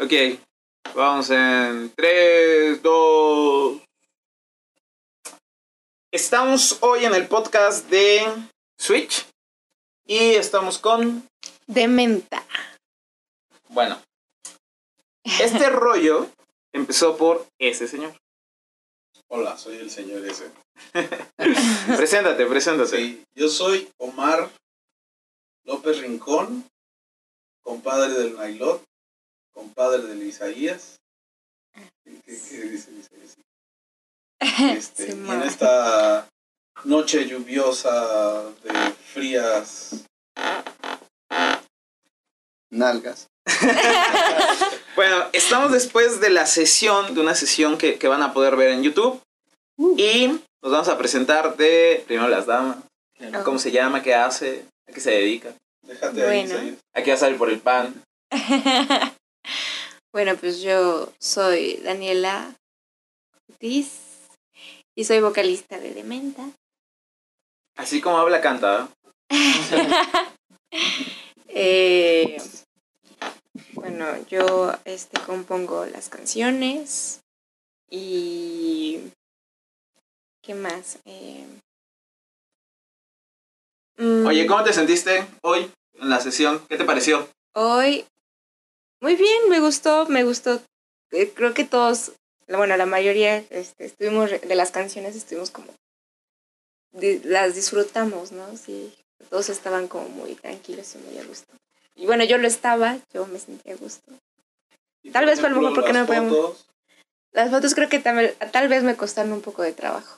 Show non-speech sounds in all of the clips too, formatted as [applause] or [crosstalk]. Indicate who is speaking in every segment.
Speaker 1: Ok. Vamos en 3, 2. Estamos hoy en el podcast de Switch. Y estamos con.
Speaker 2: De menta.
Speaker 1: Bueno. Este rollo empezó por ese señor.
Speaker 3: Hola, soy el señor ese.
Speaker 1: [laughs] Preséntate, preséntate.
Speaker 3: Sí, yo soy Omar López Rincón, compadre del Nailot, compadre del Isaías. ¿Qué, qué- qué dice el Isaías? Este,
Speaker 2: [laughs] Sí,
Speaker 3: y en
Speaker 2: ma.
Speaker 3: esta noche lluviosa de frías nalgas.
Speaker 1: [laughs] Bueno, estamos después de la sesión, de una sesión que, que van a poder ver en YouTube.
Speaker 2: Uh.
Speaker 1: Y nos vamos a presentar de primero las damas.
Speaker 2: Claro.
Speaker 1: ¿Cómo se llama? ¿Qué hace? ¿A qué se dedica?
Speaker 3: Déjate ahí,
Speaker 2: Bueno.
Speaker 3: Isaías.
Speaker 1: ¿A qué va a salir por el pan?
Speaker 2: [laughs] bueno, pues yo soy Daniela Ortiz y soy vocalista de Dementa.
Speaker 1: Así como habla cantada.
Speaker 2: Eh, bueno, yo este, compongo las canciones y... ¿Qué más? Eh, mm,
Speaker 1: Oye, ¿cómo te sentiste hoy en la sesión? ¿Qué te pareció?
Speaker 2: Hoy, muy bien, me gustó, me gustó. Eh, Creo que todos, la- bueno, la mayoría este, estuvimos re- de las canciones, estuvimos como, di- las disfrutamos, ¿no? Sí, todos estaban como muy tranquilos y muy a gusto. Y bueno, yo lo estaba, yo me sentía a gusto.
Speaker 3: Y,
Speaker 2: Tal
Speaker 3: por
Speaker 2: vez fue a lo
Speaker 3: ejemplo,
Speaker 2: mejor porque no me
Speaker 3: las
Speaker 2: podemos-
Speaker 3: fotos.
Speaker 2: Las fotos creo que tal, tal vez me costaron un poco de trabajo.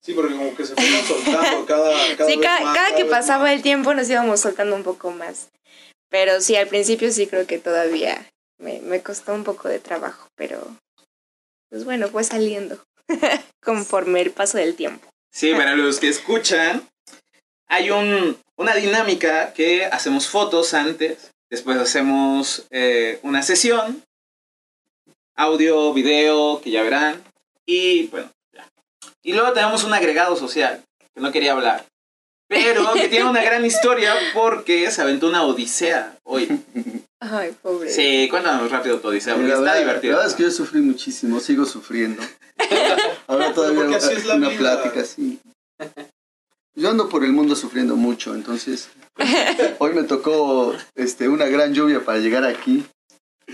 Speaker 3: Sí, porque como que se fueron soltando cada, cada
Speaker 2: sí,
Speaker 3: vez
Speaker 2: cada,
Speaker 3: más,
Speaker 2: cada que
Speaker 3: vez más.
Speaker 2: pasaba el tiempo nos íbamos soltando un poco más. Pero sí, al principio sí creo que todavía me, me costó un poco de trabajo, pero pues bueno, fue saliendo [laughs] conforme el paso del tiempo.
Speaker 1: Sí, para los que escuchan, hay un, una dinámica que hacemos fotos antes, después hacemos eh, una sesión, audio, video, que ya verán, y bueno, ya. Y luego tenemos un agregado social, que no quería hablar, pero que tiene una gran historia porque se aventó una odisea
Speaker 4: [laughs]
Speaker 1: hoy.
Speaker 2: Ay, pobre.
Speaker 1: Sí, cuéntanos rápido tu odisea, porque
Speaker 4: la,
Speaker 1: está
Speaker 4: verdad,
Speaker 1: divertido.
Speaker 4: la verdad es que yo sufrí muchísimo, sigo sufriendo.
Speaker 3: [laughs]
Speaker 4: Ahora
Speaker 3: Porque
Speaker 4: todavía
Speaker 3: así es la
Speaker 4: una
Speaker 3: vida.
Speaker 4: plática así. Yo ando por el mundo sufriendo
Speaker 3: [laughs]
Speaker 4: mucho, entonces hoy me tocó este, una gran lluvia para llegar aquí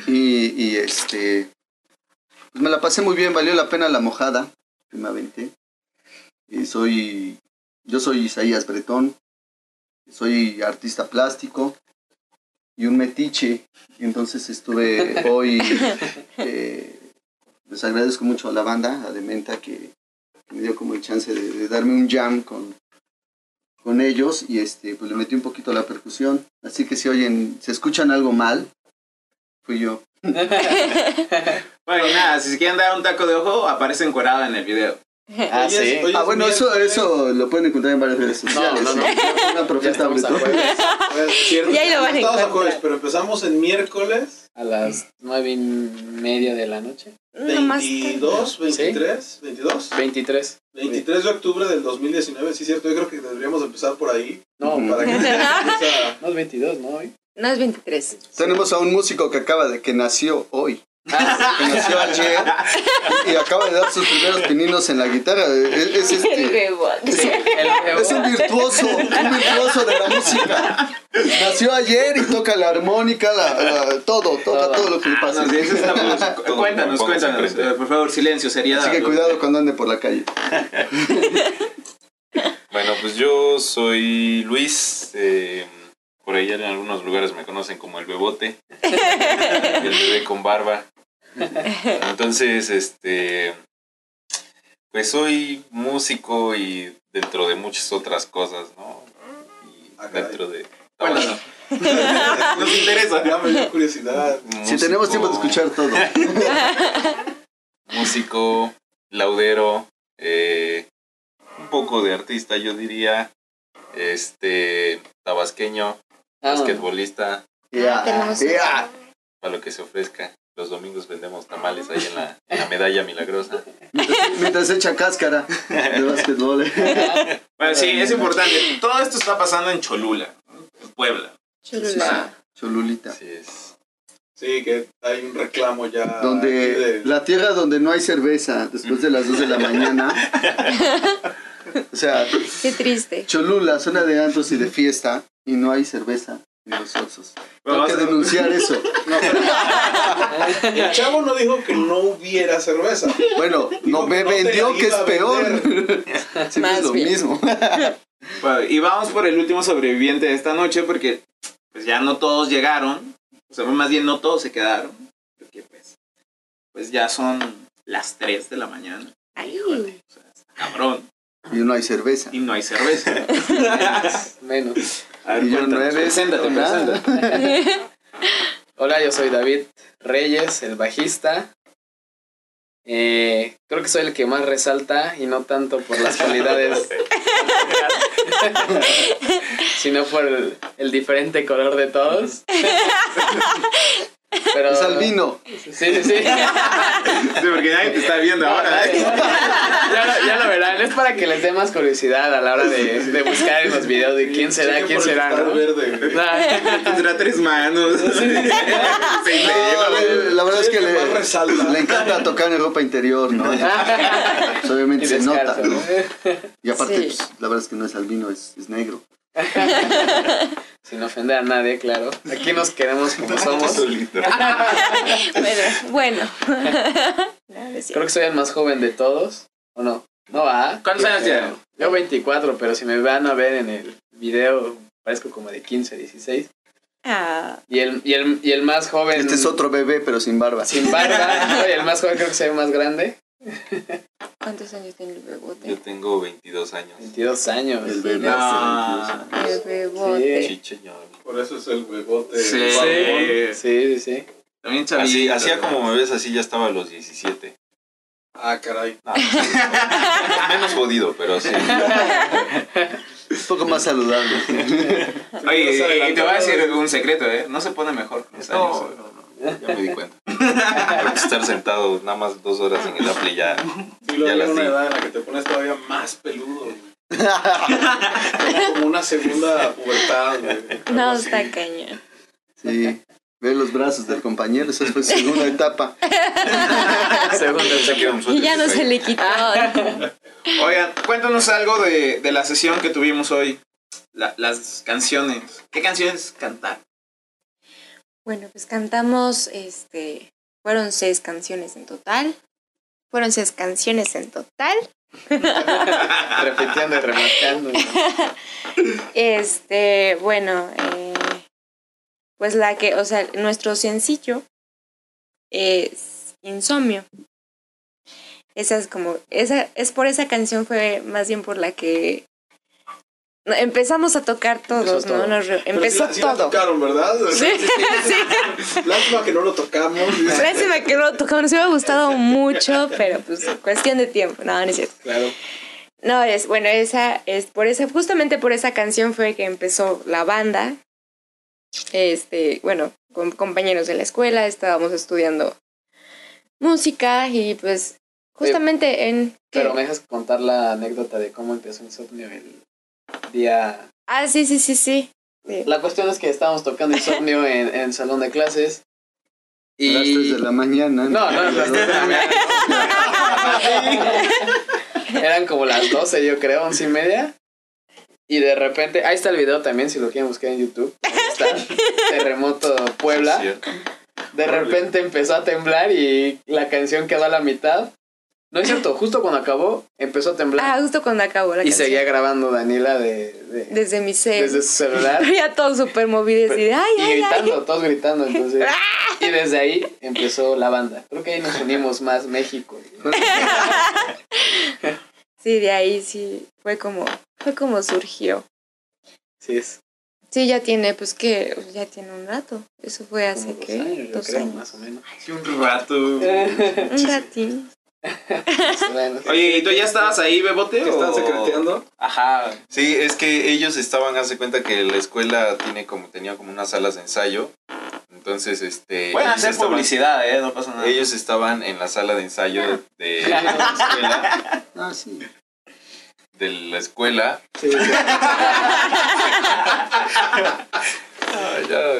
Speaker 4: y, y, este pues me la pasé muy bien, valió la pena la mojada que me aventé. Y soy, yo soy Isaías Bretón, soy artista plástico y un metiche, y
Speaker 3: [laughs]
Speaker 4: entonces estuve hoy eh, les agradezco mucho a la banda, a Dementa, que me dio como el chance de, de darme un jam con, con ellos y este, pues le metí un poquito la percusión. Así que si oyen, se escuchan algo mal, fui yo.
Speaker 1: Bueno, y nada, si se quieren dar un taco de ojo, aparece encuerada en el
Speaker 4: [laughs]
Speaker 1: video.
Speaker 5: Ah,
Speaker 3: Oye,
Speaker 5: sí.
Speaker 3: oye,
Speaker 4: Ah, bueno, eso,
Speaker 3: miércoles.
Speaker 4: eso lo pueden encontrar en varias redes sociales.
Speaker 5: no, no.
Speaker 4: Una
Speaker 5: Ya
Speaker 4: profeta
Speaker 5: estamos a
Speaker 4: Bretón.
Speaker 5: jueves,
Speaker 3: Pues,
Speaker 2: Y ahí lo van a
Speaker 3: estamos
Speaker 2: encontrar.
Speaker 3: jueves, pero empezamos en miércoles
Speaker 5: a las nueve y media de la noche.
Speaker 2: No más tarde.
Speaker 3: 22, 23, 22,
Speaker 5: 23.
Speaker 3: 23 de octubre del 2019, sí cierto, yo creo que deberíamos empezar por ahí
Speaker 5: No,
Speaker 4: Ujú.
Speaker 2: [laughs]
Speaker 3: para que esa-
Speaker 5: no es 22, ¿no? Hoy.
Speaker 2: [laughs] No es 23.
Speaker 4: Tenemos a un músico que acaba de, que nació hoy,
Speaker 5: Ah,
Speaker 4: que nació ayer y acaba de dar sus primeros pininos en la guitarra. Es,
Speaker 2: [laughs]
Speaker 4: es
Speaker 2: El
Speaker 4: este,
Speaker 2: bebote.
Speaker 5: sí, el nuevo.
Speaker 4: Es un virtuoso, un virtuoso de la música. Nació ayer y toca la armónica, la, la- todo, toca todo lo que le
Speaker 1: Ah,
Speaker 4: pasa.
Speaker 1: no, sí, eso está muy-
Speaker 3: [laughs]
Speaker 1: cu- cuéntanos,
Speaker 6: Póngase
Speaker 1: cuéntanos.
Speaker 6: frente.
Speaker 1: eh, por favor, silencio, seriedad.
Speaker 4: Así que cuidado cuando ande por la calle.
Speaker 6: Bueno, pues yo soy Luis. eh, por ahí en algunos lugares me conocen como el bebote. el bebé con barba. Entonces, este. Pues soy músico y dentro de muchas otras cosas, ¿no? Y
Speaker 3: Ah, caray.
Speaker 6: dentro de.
Speaker 3: [laughs]
Speaker 1: Cuéntanos. Nos interesa.
Speaker 3: Ya me dio curiosidad.
Speaker 4: Si tenemos tiempo de
Speaker 6: Músico-
Speaker 4: escuchar todo.
Speaker 6: músico, laudero, eh, un poco de artista, yo diría, este, tabasqueño,
Speaker 5: Ah,
Speaker 6: basquetbolista,
Speaker 4: [laughs] Ya,
Speaker 2: Tenemos-
Speaker 4: ya.
Speaker 6: para lo que se ofrezca. Los domingos vendemos tamales ahí en la, en la medalla milagrosa.
Speaker 4: Mientras- Mientras echa cáscara de básquetbol.
Speaker 1: Bueno, sí, es importante. Todo esto está pasando en Cholula, en Puebla.
Speaker 2: Chulula.
Speaker 4: Cholulita.
Speaker 6: Así es.
Speaker 3: Sí, que hay un reclamo ya.
Speaker 1: Ah,
Speaker 3: aquí
Speaker 4: donde
Speaker 3: de-
Speaker 4: la tierra donde no hay cerveza después de las 2 de
Speaker 1: [laughs]
Speaker 4: la mañana. O sea,
Speaker 2: Qué triste.
Speaker 4: Cholula, zona de antros y de fiesta y no hay cerveza en los osos. Tengo
Speaker 1: Vamos
Speaker 4: que
Speaker 1: a-
Speaker 4: denunciar eso.
Speaker 3: No, pero- el chavo no dijo que no hubiera cerveza.
Speaker 4: Bueno, no
Speaker 3: Digo,
Speaker 4: me
Speaker 3: no te
Speaker 4: vendió
Speaker 3: la
Speaker 4: que es
Speaker 3: iba a
Speaker 4: peor. [laughs] Siempre
Speaker 2: Más
Speaker 4: es lo
Speaker 2: bien.
Speaker 4: mismo.
Speaker 1: Bueno, y vamos por el último sobreviviente de esta noche porque pues ya no todos llegaron, o sea, más bien no todos se quedaron, porque pues, pues ya son las 3 de la mañana.
Speaker 3: [laughs]
Speaker 2: Ay.
Speaker 1: Híjole, o sea, está cabrón,
Speaker 4: Y no hay cerveza.
Speaker 1: y no hay cerveza.
Speaker 4: [laughs]
Speaker 5: Menos.
Speaker 1: A ver,
Speaker 4: Y yo
Speaker 1: cuéntanos,
Speaker 4: nueve,
Speaker 1: preséntate,
Speaker 4: no, nada.
Speaker 1: preséntate.
Speaker 5: Hola, yo soy David Reyes, el bajista. Eh, creo que soy el que más resalta y no tanto por las cualidades, [laughs] sino por el, el diferente color de [laughs] todos. Pero,
Speaker 4: Es albino.
Speaker 5: Sí, sí, sí.
Speaker 1: Sí, porque nadie te está viendo
Speaker 5: [laughs]
Speaker 1: ahora. ¿eh?
Speaker 5: ya, lo, ya lo verán, es para que les dé más curiosidad a la hora de, de buscar en los videos de quién será,
Speaker 3: Chequen
Speaker 5: quién
Speaker 3: por el
Speaker 5: será.
Speaker 3: estar
Speaker 5: ¿no?
Speaker 3: verde, güey.
Speaker 5: Nah.
Speaker 1: Tendrá tres [laughs] manos. Se
Speaker 4: No,
Speaker 1: lleva, güey.
Speaker 4: la verdad es
Speaker 3: Sí,
Speaker 4: que
Speaker 3: el que más
Speaker 4: le,
Speaker 3: resalta.
Speaker 4: le encanta tocar en ropa interior, ¿no? Pues
Speaker 5: Y
Speaker 4: obviamente [laughs] se nota,
Speaker 5: descalzo,
Speaker 4: ¿no?
Speaker 5: ¿no?
Speaker 4: Y aparte,
Speaker 2: Sí.
Speaker 4: pues, la verdad es que no es albino, es, es negro.
Speaker 5: Sin ofender a nadie, claro. Aquí nos queremos como somos.
Speaker 6: Solito.
Speaker 2: bueno,
Speaker 3: [laughs]
Speaker 2: bueno. No, no es
Speaker 5: Creo
Speaker 2: cierto.
Speaker 5: que soy el más joven de todos. ¿O no? No va.
Speaker 1: ¿Cuántos años tiene?
Speaker 5: Yo 24, pero si me van a ver en el video, parezco como de 15, 16.
Speaker 2: Ah,
Speaker 5: Y el, y el, y el más joven.
Speaker 4: Este es otro bebé, pero sin barba.
Speaker 5: Sin barba. [laughs] Y el más joven creo que soy el más grande.
Speaker 2: ¿Cuántos años tiene el
Speaker 6: Yo
Speaker 2: bebote?
Speaker 6: tengo 22 años.
Speaker 5: 22 años.
Speaker 4: El bebé.
Speaker 1: No.
Speaker 4: hace 22 años.
Speaker 2: El bebote.
Speaker 6: Chicheñol.
Speaker 3: Por eso es el huevote.
Speaker 1: Sí.
Speaker 5: Sí,
Speaker 1: Sí.
Speaker 5: sí, sí. sí.
Speaker 1: También
Speaker 6: Así,
Speaker 1: chavito.
Speaker 6: hacía como me ves, así ya estaba a los 17.
Speaker 3: Ah, caray.
Speaker 6: No, [laughs] menos jodido, pero sí.
Speaker 4: Un poco más saludable.
Speaker 1: Oye, y te voy a decir un secreto, ¿eh? No se pone mejor con los años. ¿eh?
Speaker 6: Ya me di cuenta. Porque estar sentado nada más dos horas en el Apple ya.
Speaker 3: Sí, luego
Speaker 6: Ya
Speaker 3: llega
Speaker 6: las
Speaker 3: una
Speaker 6: di.
Speaker 3: edad en la que te pones todavía más peludo. güey. Como- Como una segunda pubertad, güey.
Speaker 2: No,
Speaker 3: Algo así.
Speaker 2: está cañón.
Speaker 4: Sí. Ve los brazos del compañero, esa fue su segunda etapa.
Speaker 5: Segundo,
Speaker 6: Se queda
Speaker 5: segundo.
Speaker 6: un suéter
Speaker 2: Y ya no
Speaker 6: ahí.
Speaker 2: se le quitó.
Speaker 1: Oigan, cuéntanos algo de, de la sesión que tuvimos hoy. La- las canciones. ¿Qué canciones cantar?
Speaker 2: Bueno, pues cantamos, este, fueron seis canciones en total. Fueron seis canciones en total.
Speaker 5: Repitiendo y remarcando.
Speaker 2: Este, bueno, eh, pues la que, o sea, nuestro sencillo es Insomnio. Esa es como, esa, es por esa canción fue más bien por la que no, empezamos a tocar todos,
Speaker 5: todo.
Speaker 2: ¿no? Nos re-
Speaker 3: Pero
Speaker 2: empezó
Speaker 3: sí, sí la
Speaker 2: todo.
Speaker 3: tocaron, ¿verdad?
Speaker 2: Sí, [laughs] sí.
Speaker 3: Lástima que no lo tocamos.
Speaker 2: Lástima que no lo tocamos, nos hubiera gustado mucho, pero pues cuestión de tiempo, no, no es cierto.
Speaker 5: Claro.
Speaker 2: No, es, bueno, esa es por esa, justamente por esa canción fue que empezó la banda. Este, bueno, con compañeros de la escuela estábamos estudiando música y pues justamente en ¿qué?
Speaker 5: Pero me dejas contar la anécdota de cómo empezó Insomnio el día
Speaker 2: Ah, sí, sí, sí,
Speaker 5: [laughs]
Speaker 2: sí. Sí.
Speaker 5: La cuestión es que estábamos tocando insomnio en, en el salón de clases.
Speaker 4: A las 3
Speaker 5: Y.
Speaker 4: de la mañana.
Speaker 5: No, no, las tres de la mañana, no. Eran como las 12, yo creo, once y media. Y de repente, ahí está el video también, si lo quieren buscar en YouTube. Ahí Está
Speaker 2: [laughs]
Speaker 5: Terremoto Puebla.
Speaker 6: Cierto.
Speaker 5: De repente empezó a temblar y la canción quedó a la mitad. No es cierto, justo cuando acabó, empezó a
Speaker 2: Ah,
Speaker 5: temblar.
Speaker 2: justo cuando acabó la
Speaker 5: y
Speaker 2: canción.
Speaker 5: seguía grabando Daniela de, de-
Speaker 2: Desde mi cel. [laughs]
Speaker 5: desde su celular.
Speaker 2: Ya todo súper movido así de ay,
Speaker 5: Y
Speaker 2: ay, ay.
Speaker 5: gritando, todos
Speaker 2: [laughs]
Speaker 5: gritando, entonces. Y desde ahí empezó la banda. Creo que ahí nos unimos más México.
Speaker 2: Sí, de ahí sí fue como fue como surgió.
Speaker 5: Sí, es
Speaker 2: Sí, ya tiene, pues que ya tiene un rato. Eso fue
Speaker 5: como
Speaker 2: hace
Speaker 5: dos
Speaker 2: que
Speaker 5: años, yo
Speaker 2: dos
Speaker 5: creo,
Speaker 2: años.
Speaker 5: más o menos.
Speaker 1: Hace un rato.
Speaker 2: Un ratín.
Speaker 5: Bueno,
Speaker 2: [laughs]
Speaker 1: Oye, ¿y tú ya estabas ahí, Bebote?
Speaker 3: ¿Qué están
Speaker 1: o-
Speaker 3: secreteando?
Speaker 1: Ajá.
Speaker 6: Sí, es que ellos estaban, hace cuenta que la escuela tiene como, tenía como unas salas de ensayo. Entonces, este.
Speaker 1: Pueden
Speaker 6: ellos
Speaker 1: hacer
Speaker 6: estaban-
Speaker 1: publicidad, ¿eh? No pasa nada.
Speaker 6: Ellos estaban en la sala de ensayo de
Speaker 1: [laughs]
Speaker 6: de la
Speaker 2: Este,
Speaker 6: escuela.
Speaker 4: Ah, sí.
Speaker 6: De [laughs] la escuela.
Speaker 5: sí, sí.
Speaker 6: ya.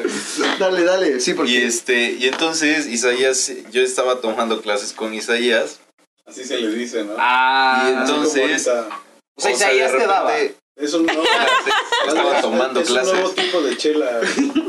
Speaker 4: Dale, dale, sí, porque
Speaker 6: Y este, y entonces Isaías, yo estaba tomando clases con Isaías.
Speaker 3: Así se le dice, ¿no?
Speaker 1: Ah,
Speaker 6: Y
Speaker 3: Así como
Speaker 6: entonces-
Speaker 3: ahorita.
Speaker 1: O sea,
Speaker 6: de
Speaker 1: Isaías te daba.
Speaker 6: repente,
Speaker 3: Es un nuevo.
Speaker 6: [laughs] Estaba tomando
Speaker 3: es un nuevo
Speaker 6: clases.
Speaker 3: tipo de chela.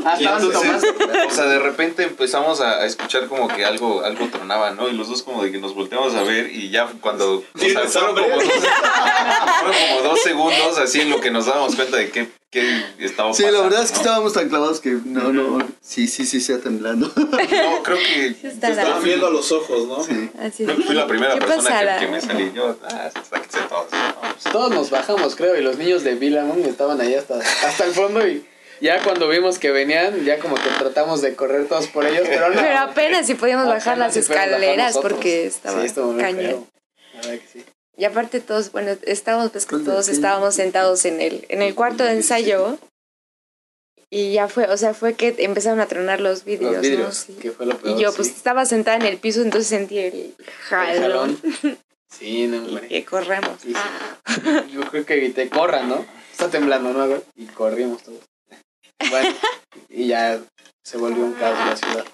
Speaker 5: Ah,
Speaker 6: Y
Speaker 5: estaban
Speaker 6: entonces,
Speaker 5: tomando.
Speaker 6: o sea, de repente empezamos a a escuchar como que algo, algo tronaba, ¿no? Y los dos como de que nos volteamos a ver y ya cuando... o sea,
Speaker 3: ¿Tienes
Speaker 6: fueron, como
Speaker 3: hambre?
Speaker 6: dos, [laughs] fueron como dos segundos así en lo que nos dábamos cuenta de qué, qué estaba
Speaker 4: Sí, la
Speaker 6: pasando,
Speaker 4: verdad es que
Speaker 6: ¿no?
Speaker 4: estábamos tan clavados que no, no, sí, sí, sí, está temblando.
Speaker 6: No, creo que...
Speaker 2: Sí, está
Speaker 6: yo estaba
Speaker 3: Están viendo a los ojos, ¿no?
Speaker 4: [laughs] Sí.
Speaker 2: Así
Speaker 6: Creo que fui la primera
Speaker 2: ¿Qué
Speaker 6: persona
Speaker 2: pasará?
Speaker 6: que, que me salí. Yo, ah, sáquense todos. ¿no? Pues,
Speaker 5: Todos nos bajamos, creo, y los niños de Villamun estaban ahí hasta, hasta el fondo y ya cuando vimos que venían, ya como que tratamos de correr todos por ellos, pero no.
Speaker 2: Pero apenas si podíamos
Speaker 5: Apenas
Speaker 2: bajar las
Speaker 5: sí podíamos bajar
Speaker 2: escaleras
Speaker 5: nosotros.
Speaker 2: porque estaba
Speaker 5: Sí, estuvo muy
Speaker 2: cañón.
Speaker 5: feo. La verdad que sí.
Speaker 2: Y aparte todos, bueno, estábamos, pues que
Speaker 4: Con
Speaker 2: todos
Speaker 4: delfín.
Speaker 2: estábamos sentados en el, en el cuarto de ensayo. Y ya fue, o sea, fue que empezaron a tronar los vidrios,
Speaker 5: Los
Speaker 2: ¿no?
Speaker 5: vidrios,
Speaker 2: Sí.
Speaker 5: que fue lo peor.
Speaker 2: Y yo
Speaker 5: sí.
Speaker 2: pues estaba sentada en el piso, entonces sentí el jalón,
Speaker 5: El jalón. Sí, no,
Speaker 2: y Ah.
Speaker 5: hombre.
Speaker 2: que corremos.
Speaker 5: Sí, sí. Yo creo que grité, corran, ¿no? Está temblando, ¿no? A ver, Y corrimos todos. Bueno, y ya se volvió un caos la ciudad.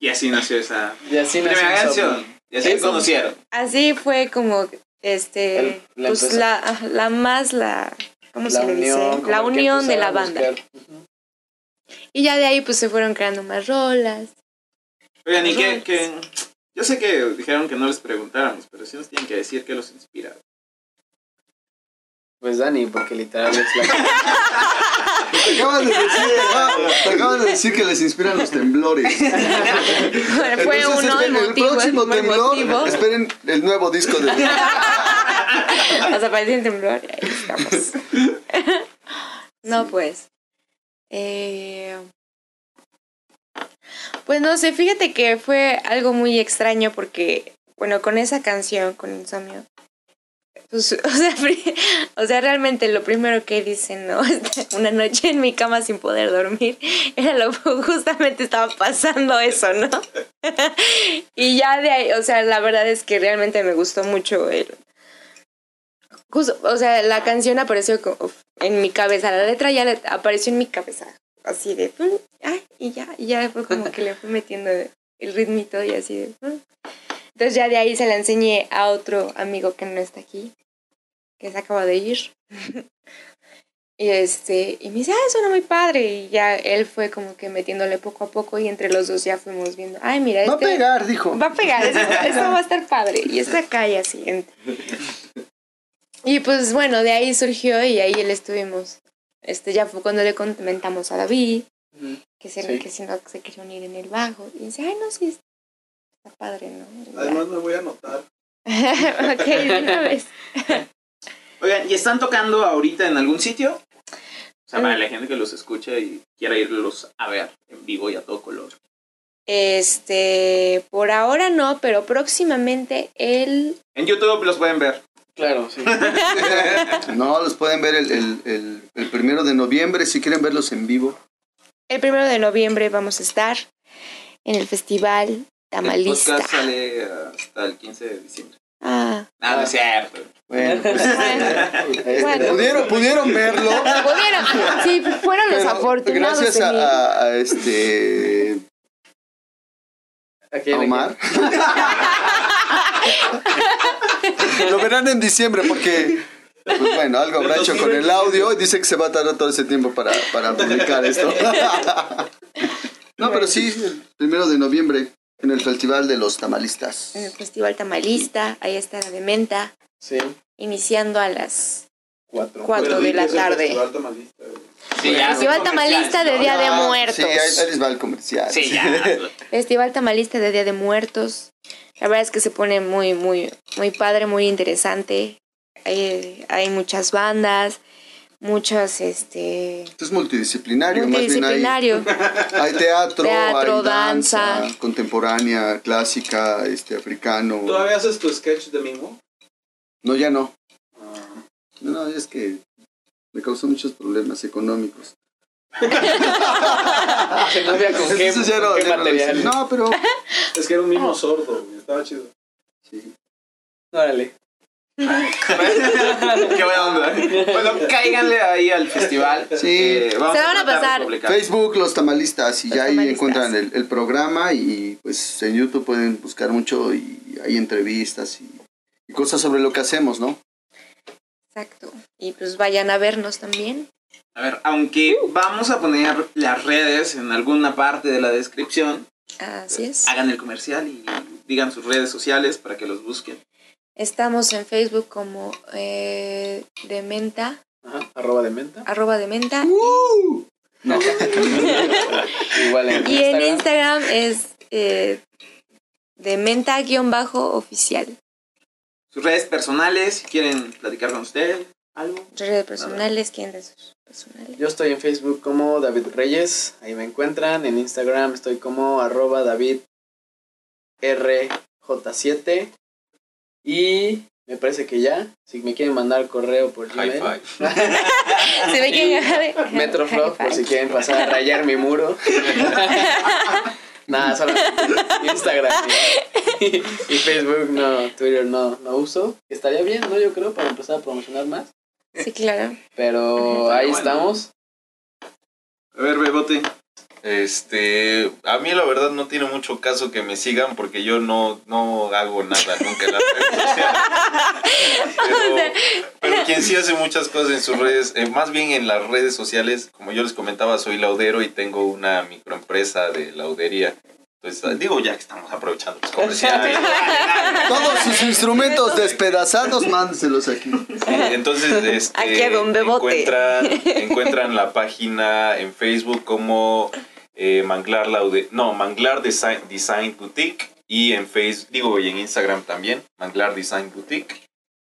Speaker 1: Y así nació esa
Speaker 5: Y así nació
Speaker 1: primera
Speaker 5: Insomnio.
Speaker 1: canción. Y así se
Speaker 5: Eso.
Speaker 1: conocieron.
Speaker 2: Así fue como, este,
Speaker 5: El- la
Speaker 2: pues
Speaker 5: empresa.
Speaker 2: la, ajá, la más, la, ¿cómo
Speaker 5: La
Speaker 2: se le
Speaker 5: unión,
Speaker 2: dice?
Speaker 5: como
Speaker 2: La
Speaker 5: que
Speaker 2: unión de la
Speaker 5: empezaron a
Speaker 2: banda.
Speaker 5: buscar.
Speaker 2: Y ya de ahí pues se fueron creando más rolas. [laughs]
Speaker 1: Oigan, y
Speaker 2: Ajá.
Speaker 1: que, que- Yo sé que dijeron que no les preguntáramos, pero sí nos tienen que decir qué los inspira.
Speaker 5: Pues Dani, porque literal es la...
Speaker 4: Te acabas de decir, ah, te acabas de decir que les inspiran los temblores.
Speaker 2: Bueno, [laughs] fue
Speaker 4: Entonces,
Speaker 2: uno el
Speaker 4: esperen, el
Speaker 2: motivo.
Speaker 4: próximo
Speaker 2: el
Speaker 4: temblor,
Speaker 2: motivo. [laughs] Este.
Speaker 4: esperen el nuevo disco
Speaker 2: [laughs]
Speaker 4: de
Speaker 2: O sea, parecía un temblor. y ahí estamos. [laughs] no, pues. eh, pues no sé, fíjate que fue algo muy extraño porque, bueno, con esa canción, con Insomnio, pues, [laughs] o sea, pri- o sea, realmente lo primero que dicen, ¿no? [laughs] Este, Una noche en mi cama sin poder dormir, era lo justamente estaba pasando eso, ¿no? y ya de ahí, o sea, la verdad es que realmente me gustó mucho el, Justo, o sea, la canción apareció co- uf, en mi cabeza, la letra ya le- apareció en mi cabeza, así de, mm, ay, y ya, y ya fue como que le fui metiendo el ritmito y así de, mm. entonces ya de ahí se la enseñé a otro amigo que no está aquí, que se acaba de ir, [laughs] y este, y me dice, ah, suena muy padre, y ya él fue como que metiéndole poco a poco y entre los dos ya fuimos viendo, ay, mira,
Speaker 4: Va a
Speaker 2: este
Speaker 4: pegar, dijo.
Speaker 2: va a pegar, esto, esto va a estar padre. Y esta calle siguiente. Y pues bueno, de ahí surgió y ahí le estuvimos. Este ya fue cuando le comentamos a David que, se,
Speaker 5: Sí.
Speaker 2: que si no se quería unir en el bajo. Y dice, ay, no, sí, está padre, ¿no? Y ya.
Speaker 3: Además, me voy a anotar.
Speaker 2: [laughs] ok, de una vez.
Speaker 1: Oigan, ¿y están tocando ahorita en algún sitio? O sea,
Speaker 2: Mm.
Speaker 1: para la gente que los escucha y quiera irlos a ver en vivo y a todo color.
Speaker 2: Este, por ahora no, pero próximamente él.
Speaker 1: En YouTube los pueden ver.
Speaker 5: [laughs] Claro, sí.
Speaker 4: No, los pueden ver el, el, el, el primero de noviembre si quieren verlos en vivo.
Speaker 2: El primero de noviembre vamos a estar en el festival
Speaker 1: El
Speaker 2: Tamalista.
Speaker 1: podcast sale hasta el 15 de diciembre.
Speaker 2: Ah.
Speaker 3: [laughs]
Speaker 1: Ah, no es cierto.
Speaker 2: [laughs]
Speaker 4: Bueno, pues, eh,
Speaker 2: Bueno.
Speaker 4: pudieron, pudieron
Speaker 2: [laughs]
Speaker 4: verlo.
Speaker 2: Pudieron, sí, fueron los
Speaker 4: pero
Speaker 2: afortunados.
Speaker 4: gracias
Speaker 2: de
Speaker 4: a,
Speaker 2: mí.
Speaker 4: a- a este
Speaker 5: Aquí
Speaker 4: a Omar. [laughs] Lo verán en diciembre porque pues bueno, algo habrá hecho con el audio y dice que se va a tardar todo ese tiempo para, para publicar [laughs] esto. No, pero sí, el primero de noviembre en el Festival de los Tamalistas.
Speaker 2: en el Festival Tamalista, ahí está la de menta,
Speaker 5: Sí,
Speaker 2: iniciando a las
Speaker 5: cuatro.
Speaker 2: 4
Speaker 3: Pero
Speaker 2: de
Speaker 3: di que
Speaker 2: la
Speaker 3: es el
Speaker 2: tarde.
Speaker 3: festival tamalista, güey.
Speaker 1: Sí, ya,
Speaker 2: Festival
Speaker 1: son
Speaker 2: Tamalista de
Speaker 1: comerciales,
Speaker 2: Día de
Speaker 4: Ah,
Speaker 2: Muertos.
Speaker 4: Sí, ahí, ahí les va el comercial.
Speaker 1: ¿no? Sí, [laughs] ya.
Speaker 2: Festival Tamalista de Día de Muertos. La verdad es que se pone muy, muy, muy padre, muy interesante. Hay, hay muchas bandas, muchas, este...
Speaker 4: Esto es multidisciplinario, más bien
Speaker 2: Multidisciplinario.
Speaker 4: hay, hay teatro,
Speaker 2: Teatro,
Speaker 4: hay danza,
Speaker 2: danza.
Speaker 4: contemporánea, clásica, este africano.
Speaker 3: ¿Todavía haces tu sketch de Mimo?
Speaker 4: No, ya no.
Speaker 3: Ah,
Speaker 4: No, es que me causó muchos problemas económicos.
Speaker 5: Se no había con qué,
Speaker 4: Entonces ya no-
Speaker 5: con qué
Speaker 4: ya no lo hice.
Speaker 5: material.
Speaker 4: No,
Speaker 3: [laughs]
Speaker 4: pero
Speaker 2: Oh.
Speaker 3: Es que era un mimo sordo, güey. Estaba chido.
Speaker 4: sí,
Speaker 5: Órale.
Speaker 1: Qué buena onda. Bueno, cáiganle ahí al festival.
Speaker 4: Sí.
Speaker 1: Eh, vamos
Speaker 2: Se la van a
Speaker 1: tratar de
Speaker 2: pasar.
Speaker 1: publicar.
Speaker 4: Facebook, Los Tamalistas, y
Speaker 2: Los
Speaker 4: ya ahí
Speaker 2: Tamalistas.
Speaker 4: encuentran el, el programa y pues en YouTube pueden buscar mucho y hay entrevistas y, y cosas sobre lo que hacemos,
Speaker 2: [laughs]
Speaker 4: ¿no?
Speaker 2: [laughs] Exacto. Y pues vayan a vernos también.
Speaker 1: A ver, aunque vamos a poner las redes en alguna parte de la descripción,
Speaker 2: Así es.
Speaker 1: hagan el comercial y digan sus redes sociales para que los busquen.
Speaker 2: Estamos en Facebook como eh, Dementa,
Speaker 5: Ajá, arroba de menta.
Speaker 2: arroba Dementa.
Speaker 5: Igual en
Speaker 2: y en Instagram
Speaker 5: Instagram.
Speaker 2: es eh, Dementa-oficial.
Speaker 1: Sus redes personales, si quieren platicar con ustedes, algo.
Speaker 2: Redes personales, ¿quién de sus personales?
Speaker 5: Yo estoy en Facebook como David Reyes, ahí me encuentran. En Instagram estoy como arroba David RJ7. Y me parece que ya, si me quieren mandar correo por
Speaker 6: High
Speaker 5: Gmail,
Speaker 6: five.
Speaker 2: Se me quieren
Speaker 5: Metroflog, por si quieren pasar a rayar mi muro. Nada, solo Instagram y, y Facebook no, Twitter no, no uso. Estaría bien, ¿no? Yo creo, para empezar a promocionar más.
Speaker 2: Sí, claro.
Speaker 5: Pero ahí
Speaker 1: Bueno.
Speaker 5: estamos.
Speaker 1: A ver, Bebote.
Speaker 6: Este, a mí la verdad no tiene mucho caso que me sigan porque yo no, no hago nada nunca en las redes sociales. Pero, pero quien sí hace muchas cosas en sus redes, eh, más bien en las redes sociales, como yo les comentaba, soy laudero y tengo una microempresa de laudería. Entonces, ah, digo ya que estamos aprovechando pues, los comerciales.
Speaker 4: Todos sus instrumentos despedazados, mándenselos aquí.
Speaker 6: Sí, [laughs] entonces, este,
Speaker 2: Aquí a don Bebote. [laughs]
Speaker 6: Encuentran, encuentran la página en Facebook como eh, Manglar Laude, no, Manglar Design, Design Boutique y en Facebook, digo, y en Instagram también, Manglar Design Boutique.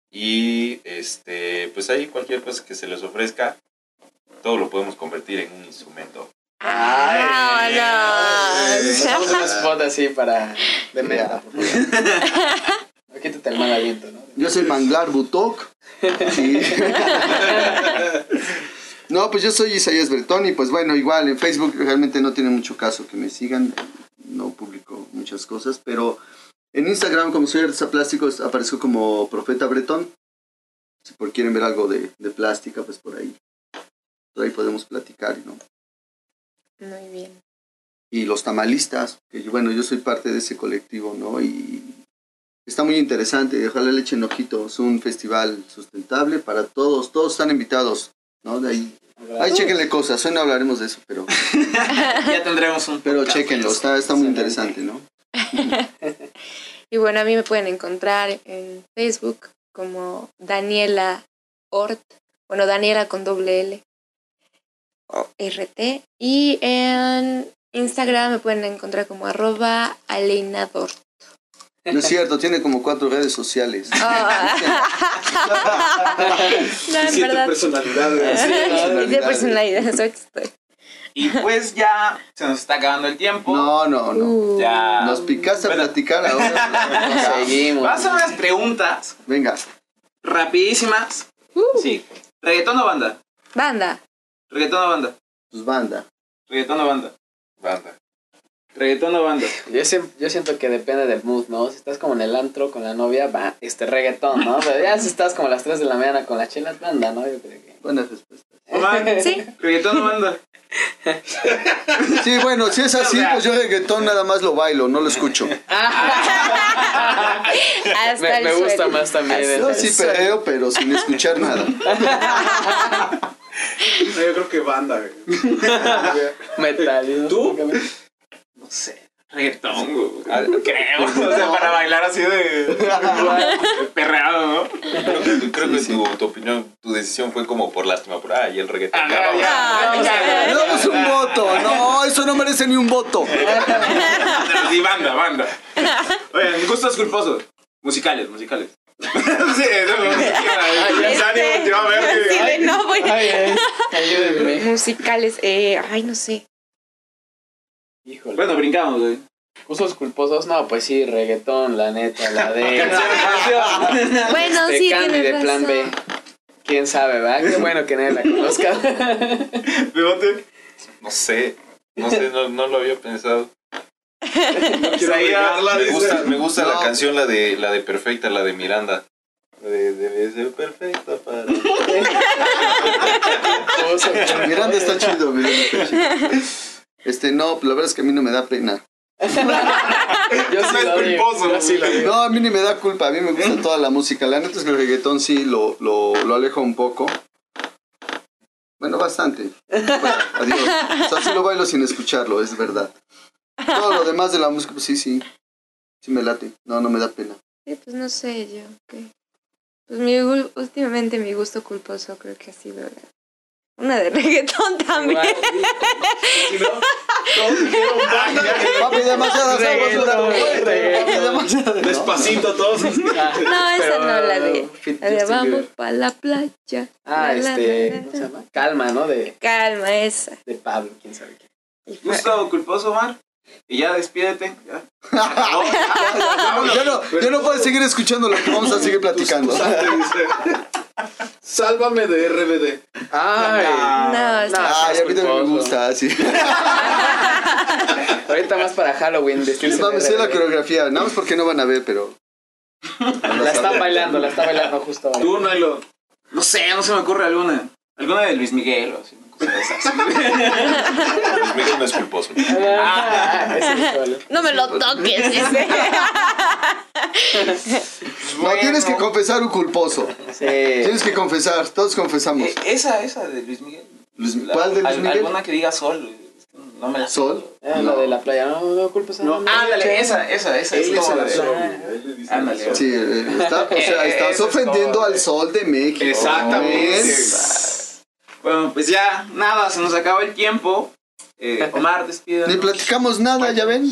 Speaker 6: Y este, pues ahí cualquier cosa que se les ofrezca, todo lo podemos convertir en un instrumento.
Speaker 2: ¡Vámonos! [laughs]
Speaker 5: Hacemos un spot así para. de
Speaker 4: Ya.
Speaker 5: meta, por favor. No Quítate el mal aliento, ¿no?
Speaker 4: Yo soy Manglar Butok. Sí. No, pues yo soy Isaías Bertón y pues bueno, igual en Facebook realmente no tiene mucho caso que me sigan. No publico muchas cosas, pero en Instagram, como soy artista plástico, es- aparezco como Profeta Bretón. Si por quieren ver algo de, de plástica, pues por ahí. Por ahí podemos platicar, ¿no?
Speaker 2: Muy bien.
Speaker 4: y los tamalistas, que yo- bueno, yo soy parte de ese colectivo, ¿no? Y está muy interesante, y ojalá le echen ojito, es un festival sustentable para todos, todos están invitados, ¿no? De ahí, ahí chequenle cosas, hoy no hablaremos de eso, pero,
Speaker 1: [laughs] Ya tendremos un.
Speaker 4: pero
Speaker 1: podcast.
Speaker 4: chequenlo, está, está muy interesante, ¿no?
Speaker 2: Y bueno, a mí me pueden encontrar en Facebook como Daniela Ort. Bueno, Daniela con doble L. O RT. Y en Instagram me pueden encontrar como arroba aleinador.
Speaker 4: No es cierto, tiene como cuatro redes sociales.
Speaker 2: no, en
Speaker 3: Siete
Speaker 2: verdad. [laughs]
Speaker 3: personalidades.
Speaker 2: Y de personalidad, soy estoy.
Speaker 1: Y pues ya se nos está acabando el tiempo.
Speaker 4: No, no, no.
Speaker 2: Uh.
Speaker 1: Ya.
Speaker 4: Nos picaste a
Speaker 1: Bueno.
Speaker 4: platicar ahora.
Speaker 5: Seguimos.
Speaker 1: Vamos a unas preguntas
Speaker 4: Venga,
Speaker 1: rapidísimas. Sí. ¿Reggaetón o banda?
Speaker 2: Banda.
Speaker 1: ¿Reggaetón o banda?
Speaker 4: pues banda.
Speaker 1: ¿Reggaetón o banda?
Speaker 6: Banda.
Speaker 1: ¿Reggaetón o banda?
Speaker 5: Yo, siem- yo siento que depende del mood, ¿no? Si estás como en el antro con la novia, va, este reggaetón, ¿no? Pero ya si estás como a las 3 de la mañana con la chela, banda, ¿no? Yo creo que.
Speaker 4: Buena respuesta.
Speaker 1: Omar,
Speaker 4: [laughs]
Speaker 5: [laughs]
Speaker 2: Sí.
Speaker 1: ¿Reggaetón o banda?
Speaker 4: Sí, bueno, si es así, pues yo reggaetón nada más lo bailo, no lo escucho.
Speaker 2: Hasta
Speaker 5: Me,
Speaker 2: el
Speaker 5: me
Speaker 2: [laughs]
Speaker 5: gusta
Speaker 2: suelo.
Speaker 5: más también. el-
Speaker 4: Yo sí perreo, pero sin escuchar nada.
Speaker 3: No, yo creo que banda, güey.
Speaker 5: Metal. ¿Tú?
Speaker 1: No sé. Reggaetón, güey.
Speaker 6: Ah,
Speaker 1: creo. [laughs] O sea, para bailar así de perreado, ¿no?
Speaker 6: Creo que, creo que Tu, tu opinión, tu decisión fue como por lástima, por ah, y el reggaetón.
Speaker 1: ya, ya,
Speaker 2: Ah,
Speaker 1: ya,
Speaker 4: Le
Speaker 1: ya.
Speaker 4: damos un voto. No, eso no merece ni un voto.
Speaker 1: Pero Sí, banda, banda. Oigan, gustos culposos. Musicales, musicales.
Speaker 3: [laughs]
Speaker 1: sí, eso me gusta.
Speaker 2: Este,
Speaker 1: te va a ver.
Speaker 2: así
Speaker 1: que-
Speaker 2: de, no, voy a-
Speaker 5: Ay, ay, ayúdenme.
Speaker 2: Musicales, eh, ay, no
Speaker 5: [laughs]
Speaker 2: sé.
Speaker 5: Híjole.
Speaker 1: Bueno, brincamos, güey.
Speaker 5: ¿Usos culposos? No, pues sí, reggaetón, la neta, [laughs] la de.
Speaker 1: Canción.
Speaker 2: Bueno,
Speaker 5: este,
Speaker 2: sí,
Speaker 5: Candy
Speaker 2: tienes
Speaker 5: de
Speaker 2: razón.
Speaker 5: plan B. Quién sabe, ¿verdad? Qué bueno que nadie la [laughs] conozca.
Speaker 1: Bebote.
Speaker 6: No sé, no sé, no, no lo había pensado.
Speaker 3: Quiero
Speaker 1: Isaías,
Speaker 3: regarla,
Speaker 6: Me
Speaker 3: dice.
Speaker 6: gusta, me gusta
Speaker 4: No.
Speaker 6: la canción, la de, la de Perfecta, la de Miranda. de- Debe ser perfecta para.
Speaker 4: Miranda está chido, Miranda está chido. Este, no, la verdad es que a mí no me da pena.
Speaker 5: Yo sí
Speaker 6: Es
Speaker 5: lo digo.
Speaker 6: culposo,
Speaker 5: Yo sí lo
Speaker 6: güey.
Speaker 5: digo.
Speaker 4: No, a mí ni me da culpa, a mí me gusta toda la música. La neta es que el reggaetón sí lo, lo, lo alejo un poco. Bueno, bastante. Bueno, adiós. O sea, sí lo bailo sin escucharlo, es verdad. Todo lo demás de la música, pues sí, sí. Sí me late. No, no me da pena.
Speaker 2: Sí, pues no sé yo. ¿qué? Pues mi, gu- últimamente mi gusto culposo creo que ha sido la- una de [laughs] reggaetón también.
Speaker 3: Si no, todos hicieron
Speaker 1: [laughs]
Speaker 3: banda.
Speaker 4: Papi, demasiadas aguas.
Speaker 5: Reggaetón,
Speaker 4: una- Papi,
Speaker 5: reggaetón.
Speaker 4: demasiadas. ¿no?
Speaker 3: Despacito
Speaker 1: [laughs]
Speaker 3: todos.
Speaker 5: Ah,
Speaker 4: [laughs]
Speaker 2: No, esa
Speaker 5: pero-
Speaker 2: no, la de-
Speaker 5: Fit-
Speaker 2: La de
Speaker 4: este
Speaker 5: Justin
Speaker 2: vamos
Speaker 5: Bieber.
Speaker 2: pa' la playa. La, la,
Speaker 5: Ah,
Speaker 2: la,
Speaker 5: este.
Speaker 2: la.
Speaker 5: ¿Cómo se llama? Calma, ¿no? De,
Speaker 2: Calma, esa.
Speaker 5: de Pablo, quién sabe qué.
Speaker 1: Gusto culposo, Omar. Y ya despídete. ya. Acabó.
Speaker 4: Yo no, yo no puedo seguir escuchando lo que vamos a seguir platicando.
Speaker 3: Sálvame de RBD.
Speaker 4: Ah,
Speaker 5: Ay.
Speaker 2: no,
Speaker 5: no.
Speaker 2: esa.
Speaker 4: Ay, a mí también me
Speaker 5: culposo.
Speaker 4: gusta, así.
Speaker 5: Ahorita más para Halloween. vestirse de
Speaker 4: Vamos a hacer la
Speaker 5: RBD.
Speaker 4: coreografía, nada más porque no van a ver, pero.
Speaker 5: La están bailando, la están bailando justo ahora.
Speaker 3: Tú, Nailo.
Speaker 1: No sé, no se me ocurre alguna. Alguna de Luis Miguel o así, una cosa de esas.
Speaker 6: Luis Miguel no es culposo.
Speaker 5: Ah, ese [laughs] es solo.
Speaker 2: No me lo toques, [laughs] dice.
Speaker 4: Pues, No, tienes que confesar un culposo.
Speaker 5: Sí.
Speaker 4: Tienes que confesar, todos confesamos.
Speaker 1: Eh, esa, esa de Luis Miguel.
Speaker 4: Luis-
Speaker 1: La-
Speaker 4: ¿Cuál de Luis
Speaker 1: al-
Speaker 4: Miguel?
Speaker 1: Alguna que diga sol. güey. Es que No me la sé.
Speaker 4: Sol.
Speaker 5: Ah,
Speaker 4: No.
Speaker 5: La de la playa. No, no, culpa esa.
Speaker 3: No.
Speaker 1: Ándale, esa, esa, esa. Es
Speaker 3: Él es
Speaker 1: como
Speaker 3: el
Speaker 1: la de-
Speaker 3: azul. Él le dice el
Speaker 1: Ah, Ándale.
Speaker 3: azul.
Speaker 4: Sí, eh, está- o sea,
Speaker 1: Eso
Speaker 4: estás
Speaker 1: es
Speaker 4: ofendiendo
Speaker 1: todo,
Speaker 4: al
Speaker 1: eh.
Speaker 4: sol de México.
Speaker 1: Exactamente.
Speaker 4: ¿ves?
Speaker 1: Bueno, pues ya, nada, se nos acabó el tiempo. Eh,
Speaker 4: [laughs]
Speaker 1: Omar, despida.
Speaker 4: Ni platicamos nada, ya ven.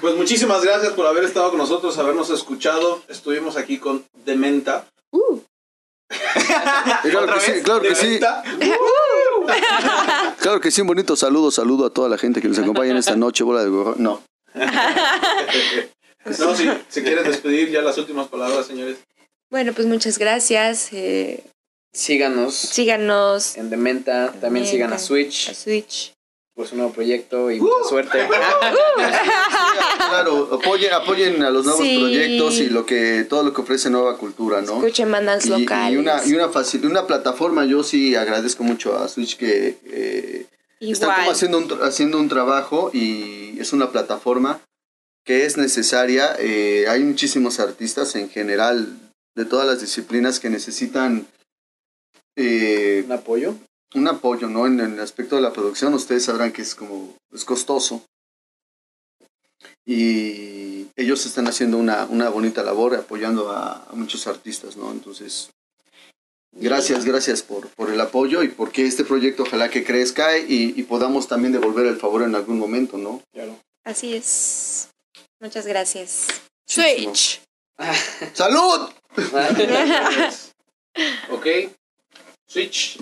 Speaker 3: Pues muchísimas gracias por haber estado con nosotros, habernos escuchado. Estuvimos aquí con Dementa.
Speaker 2: Uh,
Speaker 4: Claro que
Speaker 1: Ah, ¿Otra
Speaker 4: sí,
Speaker 1: vez?
Speaker 4: claro que sí.
Speaker 3: Dementa.
Speaker 4: [laughs] Claro que sí, un bonito saludo, saludo a toda la gente que nos acompaña en esta noche, bola de gorro- No.
Speaker 3: No, si, si quieres despedir ya las últimas palabras, señores.
Speaker 2: bueno, pues muchas gracias. eh,
Speaker 5: Síganos
Speaker 2: síganos
Speaker 5: en Dementa. También
Speaker 2: Dementa.
Speaker 5: sigan a
Speaker 2: a
Speaker 5: Switch
Speaker 2: Switch.
Speaker 5: por su nuevo proyecto y mucha suerte.
Speaker 4: Claro, apoyen, apoyen a los nuevos
Speaker 2: Sí.
Speaker 4: proyectos y lo que todo lo que ofrece nueva cultura, ¿no?
Speaker 2: Escuchen bandas
Speaker 4: Y,
Speaker 2: locales.
Speaker 4: y una, y una, facil- una plataforma, yo sí agradezco mucho a Switch que eh, están como
Speaker 2: Igual.
Speaker 4: haciendo un, tra- haciendo un trabajo y es una plataforma que es necesaria. Eh, hay muchísimos artistas en general de todas las disciplinas que necesitan eh,
Speaker 5: Un apoyo.
Speaker 4: un apoyo, ¿no? En, en el aspecto de la producción, ustedes sabrán que es como, es costoso. Y ellos están haciendo una, una bonita labor apoyando a, a muchos artistas, ¿no? Entonces, gracias, gracias por, por el apoyo y porque este proyecto ojalá que crezca y, y podamos también devolver el favor en algún momento, ¿no?
Speaker 5: Claro.
Speaker 2: Así es. Muchas gracias.
Speaker 4: Muchísimo.
Speaker 2: Switch.
Speaker 4: ¡Salud!
Speaker 5: Ah,
Speaker 3: Ok. Switch.